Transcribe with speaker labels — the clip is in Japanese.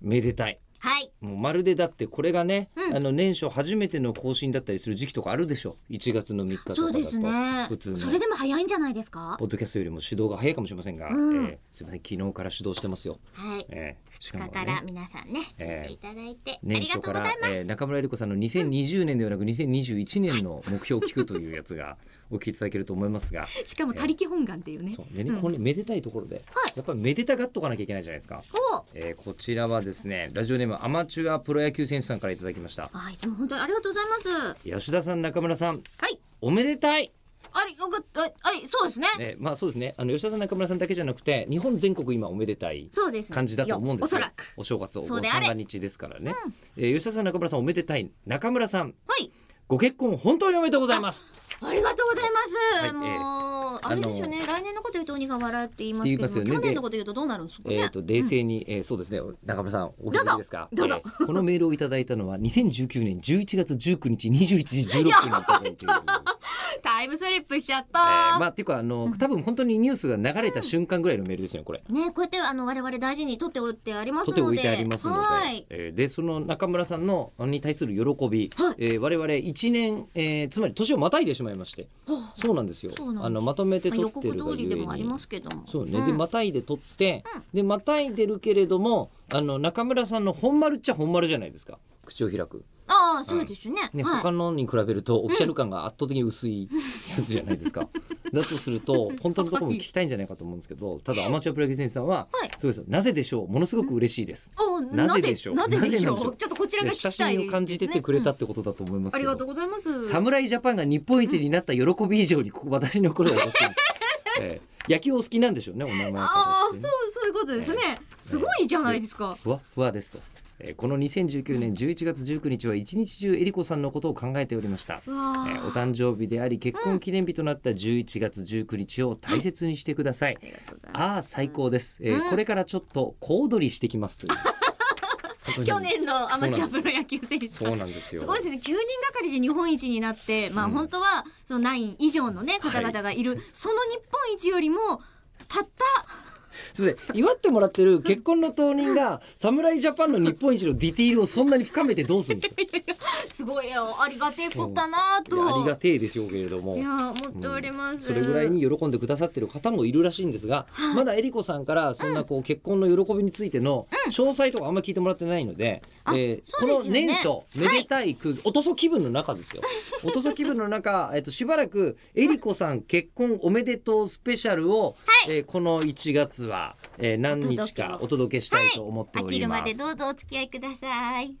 Speaker 1: めでたい
Speaker 2: はい
Speaker 1: もうまるでだってこれがね、
Speaker 2: うん
Speaker 1: あの年初初めての更新だったりする時期とかあるでしょ1月の3日とかだと
Speaker 2: そうですね
Speaker 1: 普通
Speaker 2: それ
Speaker 1: の
Speaker 2: でも早いんじゃないですか
Speaker 1: ポッドキャストよりも指導が早いかもしれませんが、
Speaker 2: うん
Speaker 1: えーすいません昨日から指導してますよ、
Speaker 2: はい
Speaker 1: えーし
Speaker 2: 2日から皆さんね
Speaker 1: え
Speaker 2: 聞い
Speaker 1: え
Speaker 2: ていただいて、あ
Speaker 1: 年
Speaker 2: りが
Speaker 1: 初
Speaker 2: と
Speaker 1: か
Speaker 2: うご
Speaker 1: ら
Speaker 2: ざい、ます、
Speaker 1: えー中村江里子さんの2020年ではなく2021年の目標を聞くというやつがお聞きいただけると思いますが
Speaker 2: しかも他力本願っていうね、
Speaker 1: そうでね、このめでたいところで、
Speaker 2: はい
Speaker 1: やっぱりめでたがっとかなきゃいけないじゃないですか、
Speaker 2: お
Speaker 1: えーこちらはですねラジオネームアマチュアプロ野球選手さんからいただきました
Speaker 2: あいつも本当にありがとうございますは
Speaker 1: 吉田さん中村さん
Speaker 2: い
Speaker 1: おめでたい、
Speaker 2: あれよかったはいはいそうですね
Speaker 1: ね、まあそうですねあの吉田さん中村さんだけじゃなくて日本全国今おめでたい
Speaker 2: そうですね
Speaker 1: 感じだと思うんですよ
Speaker 2: よおそらく
Speaker 1: お正月お
Speaker 2: そう
Speaker 1: 三
Speaker 2: であれ
Speaker 1: が日ですからね、えー吉田さん中村さんおめでたい中村さん
Speaker 2: はい
Speaker 1: ご結婚本当におめでとうございます
Speaker 2: ありがとうございます、
Speaker 1: はいええ
Speaker 2: もう、あれですよね来年のこと言うと鬼が笑うって言いますけど
Speaker 1: って言い
Speaker 2: も
Speaker 1: ますよね
Speaker 2: 去年のこと言うとどうなるんですかね、
Speaker 1: えー、と冷静に、えーそうですね中村さんお気づきですか
Speaker 2: どうぞ
Speaker 1: えーこのメールをいただいたのは2019年11月19日21時16分にいただいている
Speaker 2: タイムスリップしちゃった、
Speaker 1: えーまあっていうかあの多分本当にニュースが流れた瞬間ぐらいのメールですよねこれ。
Speaker 2: ねこうやってあの我々大事に取っておいてあります
Speaker 1: と
Speaker 2: の
Speaker 1: て
Speaker 2: で
Speaker 1: おいてありますので、
Speaker 2: はい
Speaker 1: えーでその中村さんのに対する喜び、
Speaker 2: はい
Speaker 1: えー我々1年、えーつまり年をまたいでしまいまして
Speaker 2: はあ
Speaker 1: そうなんですよ
Speaker 2: そうなんです
Speaker 1: あのまとめて
Speaker 2: まあ、
Speaker 1: 撮
Speaker 2: 予
Speaker 1: って
Speaker 2: 告
Speaker 1: るが
Speaker 2: 通
Speaker 1: ゆえ
Speaker 2: りでもあり
Speaker 1: に
Speaker 2: ますけども
Speaker 1: そうね、
Speaker 2: ん
Speaker 1: でまたいで撮って、
Speaker 2: うん
Speaker 1: でまたいでるけれどもあの中村さんの本丸っちゃ本丸じゃないですか口を開く、
Speaker 2: ああそうですね、
Speaker 1: ね
Speaker 2: はい
Speaker 1: 他のに比べるとオフィシャル感が圧倒的に薄いやつじゃないですか、 だとすると本当のところも聞きたいんじゃないかと思うんですけどただアマチュアプロ野球選手さんは、
Speaker 2: はい
Speaker 1: そうですよなぜでしょうものすごく嬉しいです。
Speaker 2: お
Speaker 1: なぜでしょう
Speaker 2: なぜ
Speaker 1: なぜ
Speaker 2: でしょ
Speaker 1: なんでしょ
Speaker 2: う
Speaker 1: う
Speaker 2: ちょっとこちらが聞きた
Speaker 1: 親
Speaker 2: い
Speaker 1: しみを感じててくれた
Speaker 2: で
Speaker 1: ってことだと思います
Speaker 2: すねうん
Speaker 1: けど、
Speaker 2: ありがとうございます
Speaker 1: 侍ジャパンが日本一になった喜び以上にここ私の頃は 思ってます、ええ野球お好きなんでしょうねお名前から
Speaker 2: ああ
Speaker 1: してね
Speaker 2: そうそういうことですね、すごいじゃないですか、
Speaker 1: ふわっふわですと、えーこの2019年11月19日は一日中えりこさんのことを考えておりました、
Speaker 2: うわ
Speaker 1: え
Speaker 2: ー
Speaker 1: ーお誕生日であり結婚記念日となった11月19日を大切にしてください、
Speaker 2: ありがとうございます
Speaker 1: ああ最高です、えー
Speaker 2: うん
Speaker 1: これからちょっと小踊りしてきますという
Speaker 2: 去年のアマチュアプロ野球選手
Speaker 1: そうなんですよ
Speaker 2: すごいですね9人がかりで日本一になって、まあ、
Speaker 1: うん
Speaker 2: 本当はその9以上の、ね、方々がいる、その日本一よりもたった
Speaker 1: すみません祝ってもらってる結婚の当人が侍ジャパンの日本一のディティールをそんなに深めてどうするんですか
Speaker 2: すごいよありがてえこったなぁ
Speaker 1: いやあ
Speaker 2: と
Speaker 1: りがてえでしょうけれども
Speaker 2: いや思っております、
Speaker 1: それぐらいに喜んでくださってる方もいるらしいんですが、まだえりこさんからそんなこう結婚の喜びについての詳細とかあんまり聞いてもらってないので、
Speaker 2: あ
Speaker 1: えー
Speaker 2: そ
Speaker 1: こ
Speaker 2: うですよ
Speaker 1: の
Speaker 2: ね
Speaker 1: 年初めでたい空気、おとそ気分の中です よおとそ気分の中、えっとしばらくえりこさん結婚おめでとうスペシャルを、えーこの1月は、えー何日かお届けしたいと思ってお
Speaker 2: 飽き
Speaker 1: り
Speaker 2: る
Speaker 1: ます。
Speaker 2: までどうぞお付き合いください